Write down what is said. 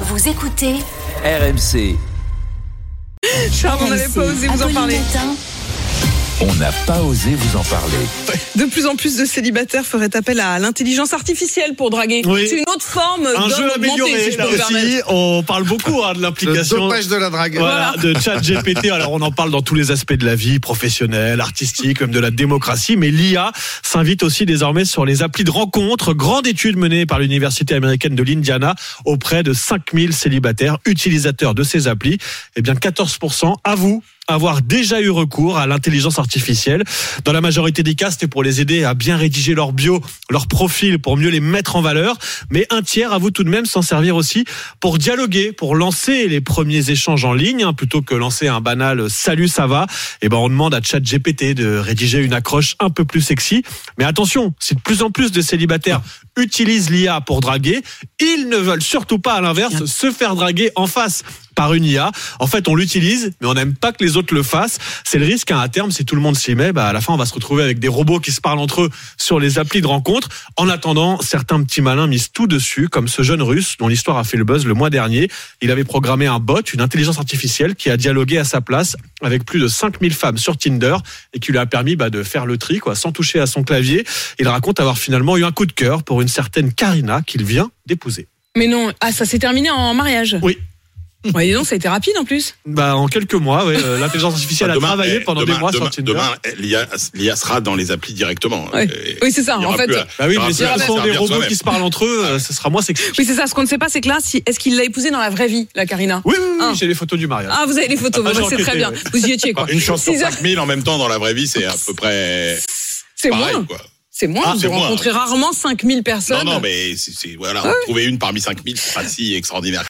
Vous écoutez RMC, Charles, on n'avait RMC. pas osé vous en Apolline parler. Matin. on n'a pas osé vous en parler. De plus en plus de célibataires feraient appel à l'intelligence artificielle pour draguer. Oui. C'est une autre forme un d'homme augmenté, si jeu amélioré je là peux me permettre. aussi. On parle beaucoup hein, de Le l'implication. dopage de la drague. Voilà, de chat GPT. Alors, on en parle dans tous les aspects de la vie, professionnelle, artistique, même de la démocratie. Mais l'IA s'invite aussi désormais sur les applis de rencontres. Grande étude menée par l'Université américaine de l'Indiana auprès de 5000 célibataires utilisateurs de ces applis. Eh bien, 14% avouent avoir déjà eu recours à l'intelligence artificielle. Dans la majorité des cas, c'était pour les aider à bien rédiger leur bio, leur profil, pour mieux les mettre en valeur. Mais un tiers avoue tout de même s'en servir aussi pour dialoguer, pour lancer les premiers échanges en ligne, hein, plutôt que lancer un banal salut ça va. Et ben on demande à ChatGPT de rédiger une accroche un peu plus sexy. Mais attention, si de plus en plus de célibataires utilisent l'IA pour draguer, ils ne veulent surtout pas à l'inverse se faire draguer en face par une IA. En fait, on l'utilise, mais on n'aime pas que les autres le fassent. C'est le risque hein, à terme. Si tout le monde s'y met, bah, à la fin, on va se retrouver avec des robots qui se parlent entre eux sur les applis de rencontre. En attendant, certains petits malins misent tout dessus, comme ce jeune russe dont l'histoire a fait le buzz le mois dernier. Il avait programmé un bot, une intelligence artificielle qui a dialogué à sa place avec plus de 5000 femmes sur Tinder et qui lui a permis bah, de faire le tri quoi, sans toucher à son clavier. Il raconte avoir finalement eu un coup de cœur pour une certaine Karina qu'il vient d'épouser. Mais non, ah ça s'est terminé en mariage. Oui. Ouais, dis donc, ça a été rapide en plus. Bah, en quelques mois, ouais, euh, l'intelligence artificielle Enfin, a travaillé eh, pendant demain, des mois demain, sur Tinder. Demain, eh, l'IA l'IA sera dans les applis directement. Ouais. Eh, Oui, c'est ça, il y en aura fait. plus à- Bah oui, il y aura mais plus si à ce sont des servir robots soi-même. qui se parlent entre eux, euh, ce sera moins sexy. Oui, c'est ça. Ce qu'on ne sait pas, c'est que là, si, est-ce qu'il l'a épousée dans la vraie vie, la Karina Oui, oui, oui, Ah. j'ai les photos du mariage. Ah, vous avez les photos, Ah, bon, bah, j'ai c'est très enquêté, bien. ouais. Vous y étiez quoi Enfin, Ah, Une chance sur Six heures- 5000 en même temps dans la vraie vie, c'est à peu près C'est pareil. moins. hein. quoi. C'est moins. Ah, vous c'est moins. rencontrez rarement 5000 personnes. Non, non, mais c'est c'est- voilà, trouver une parmi 5000 c'est pas si extraordinaire.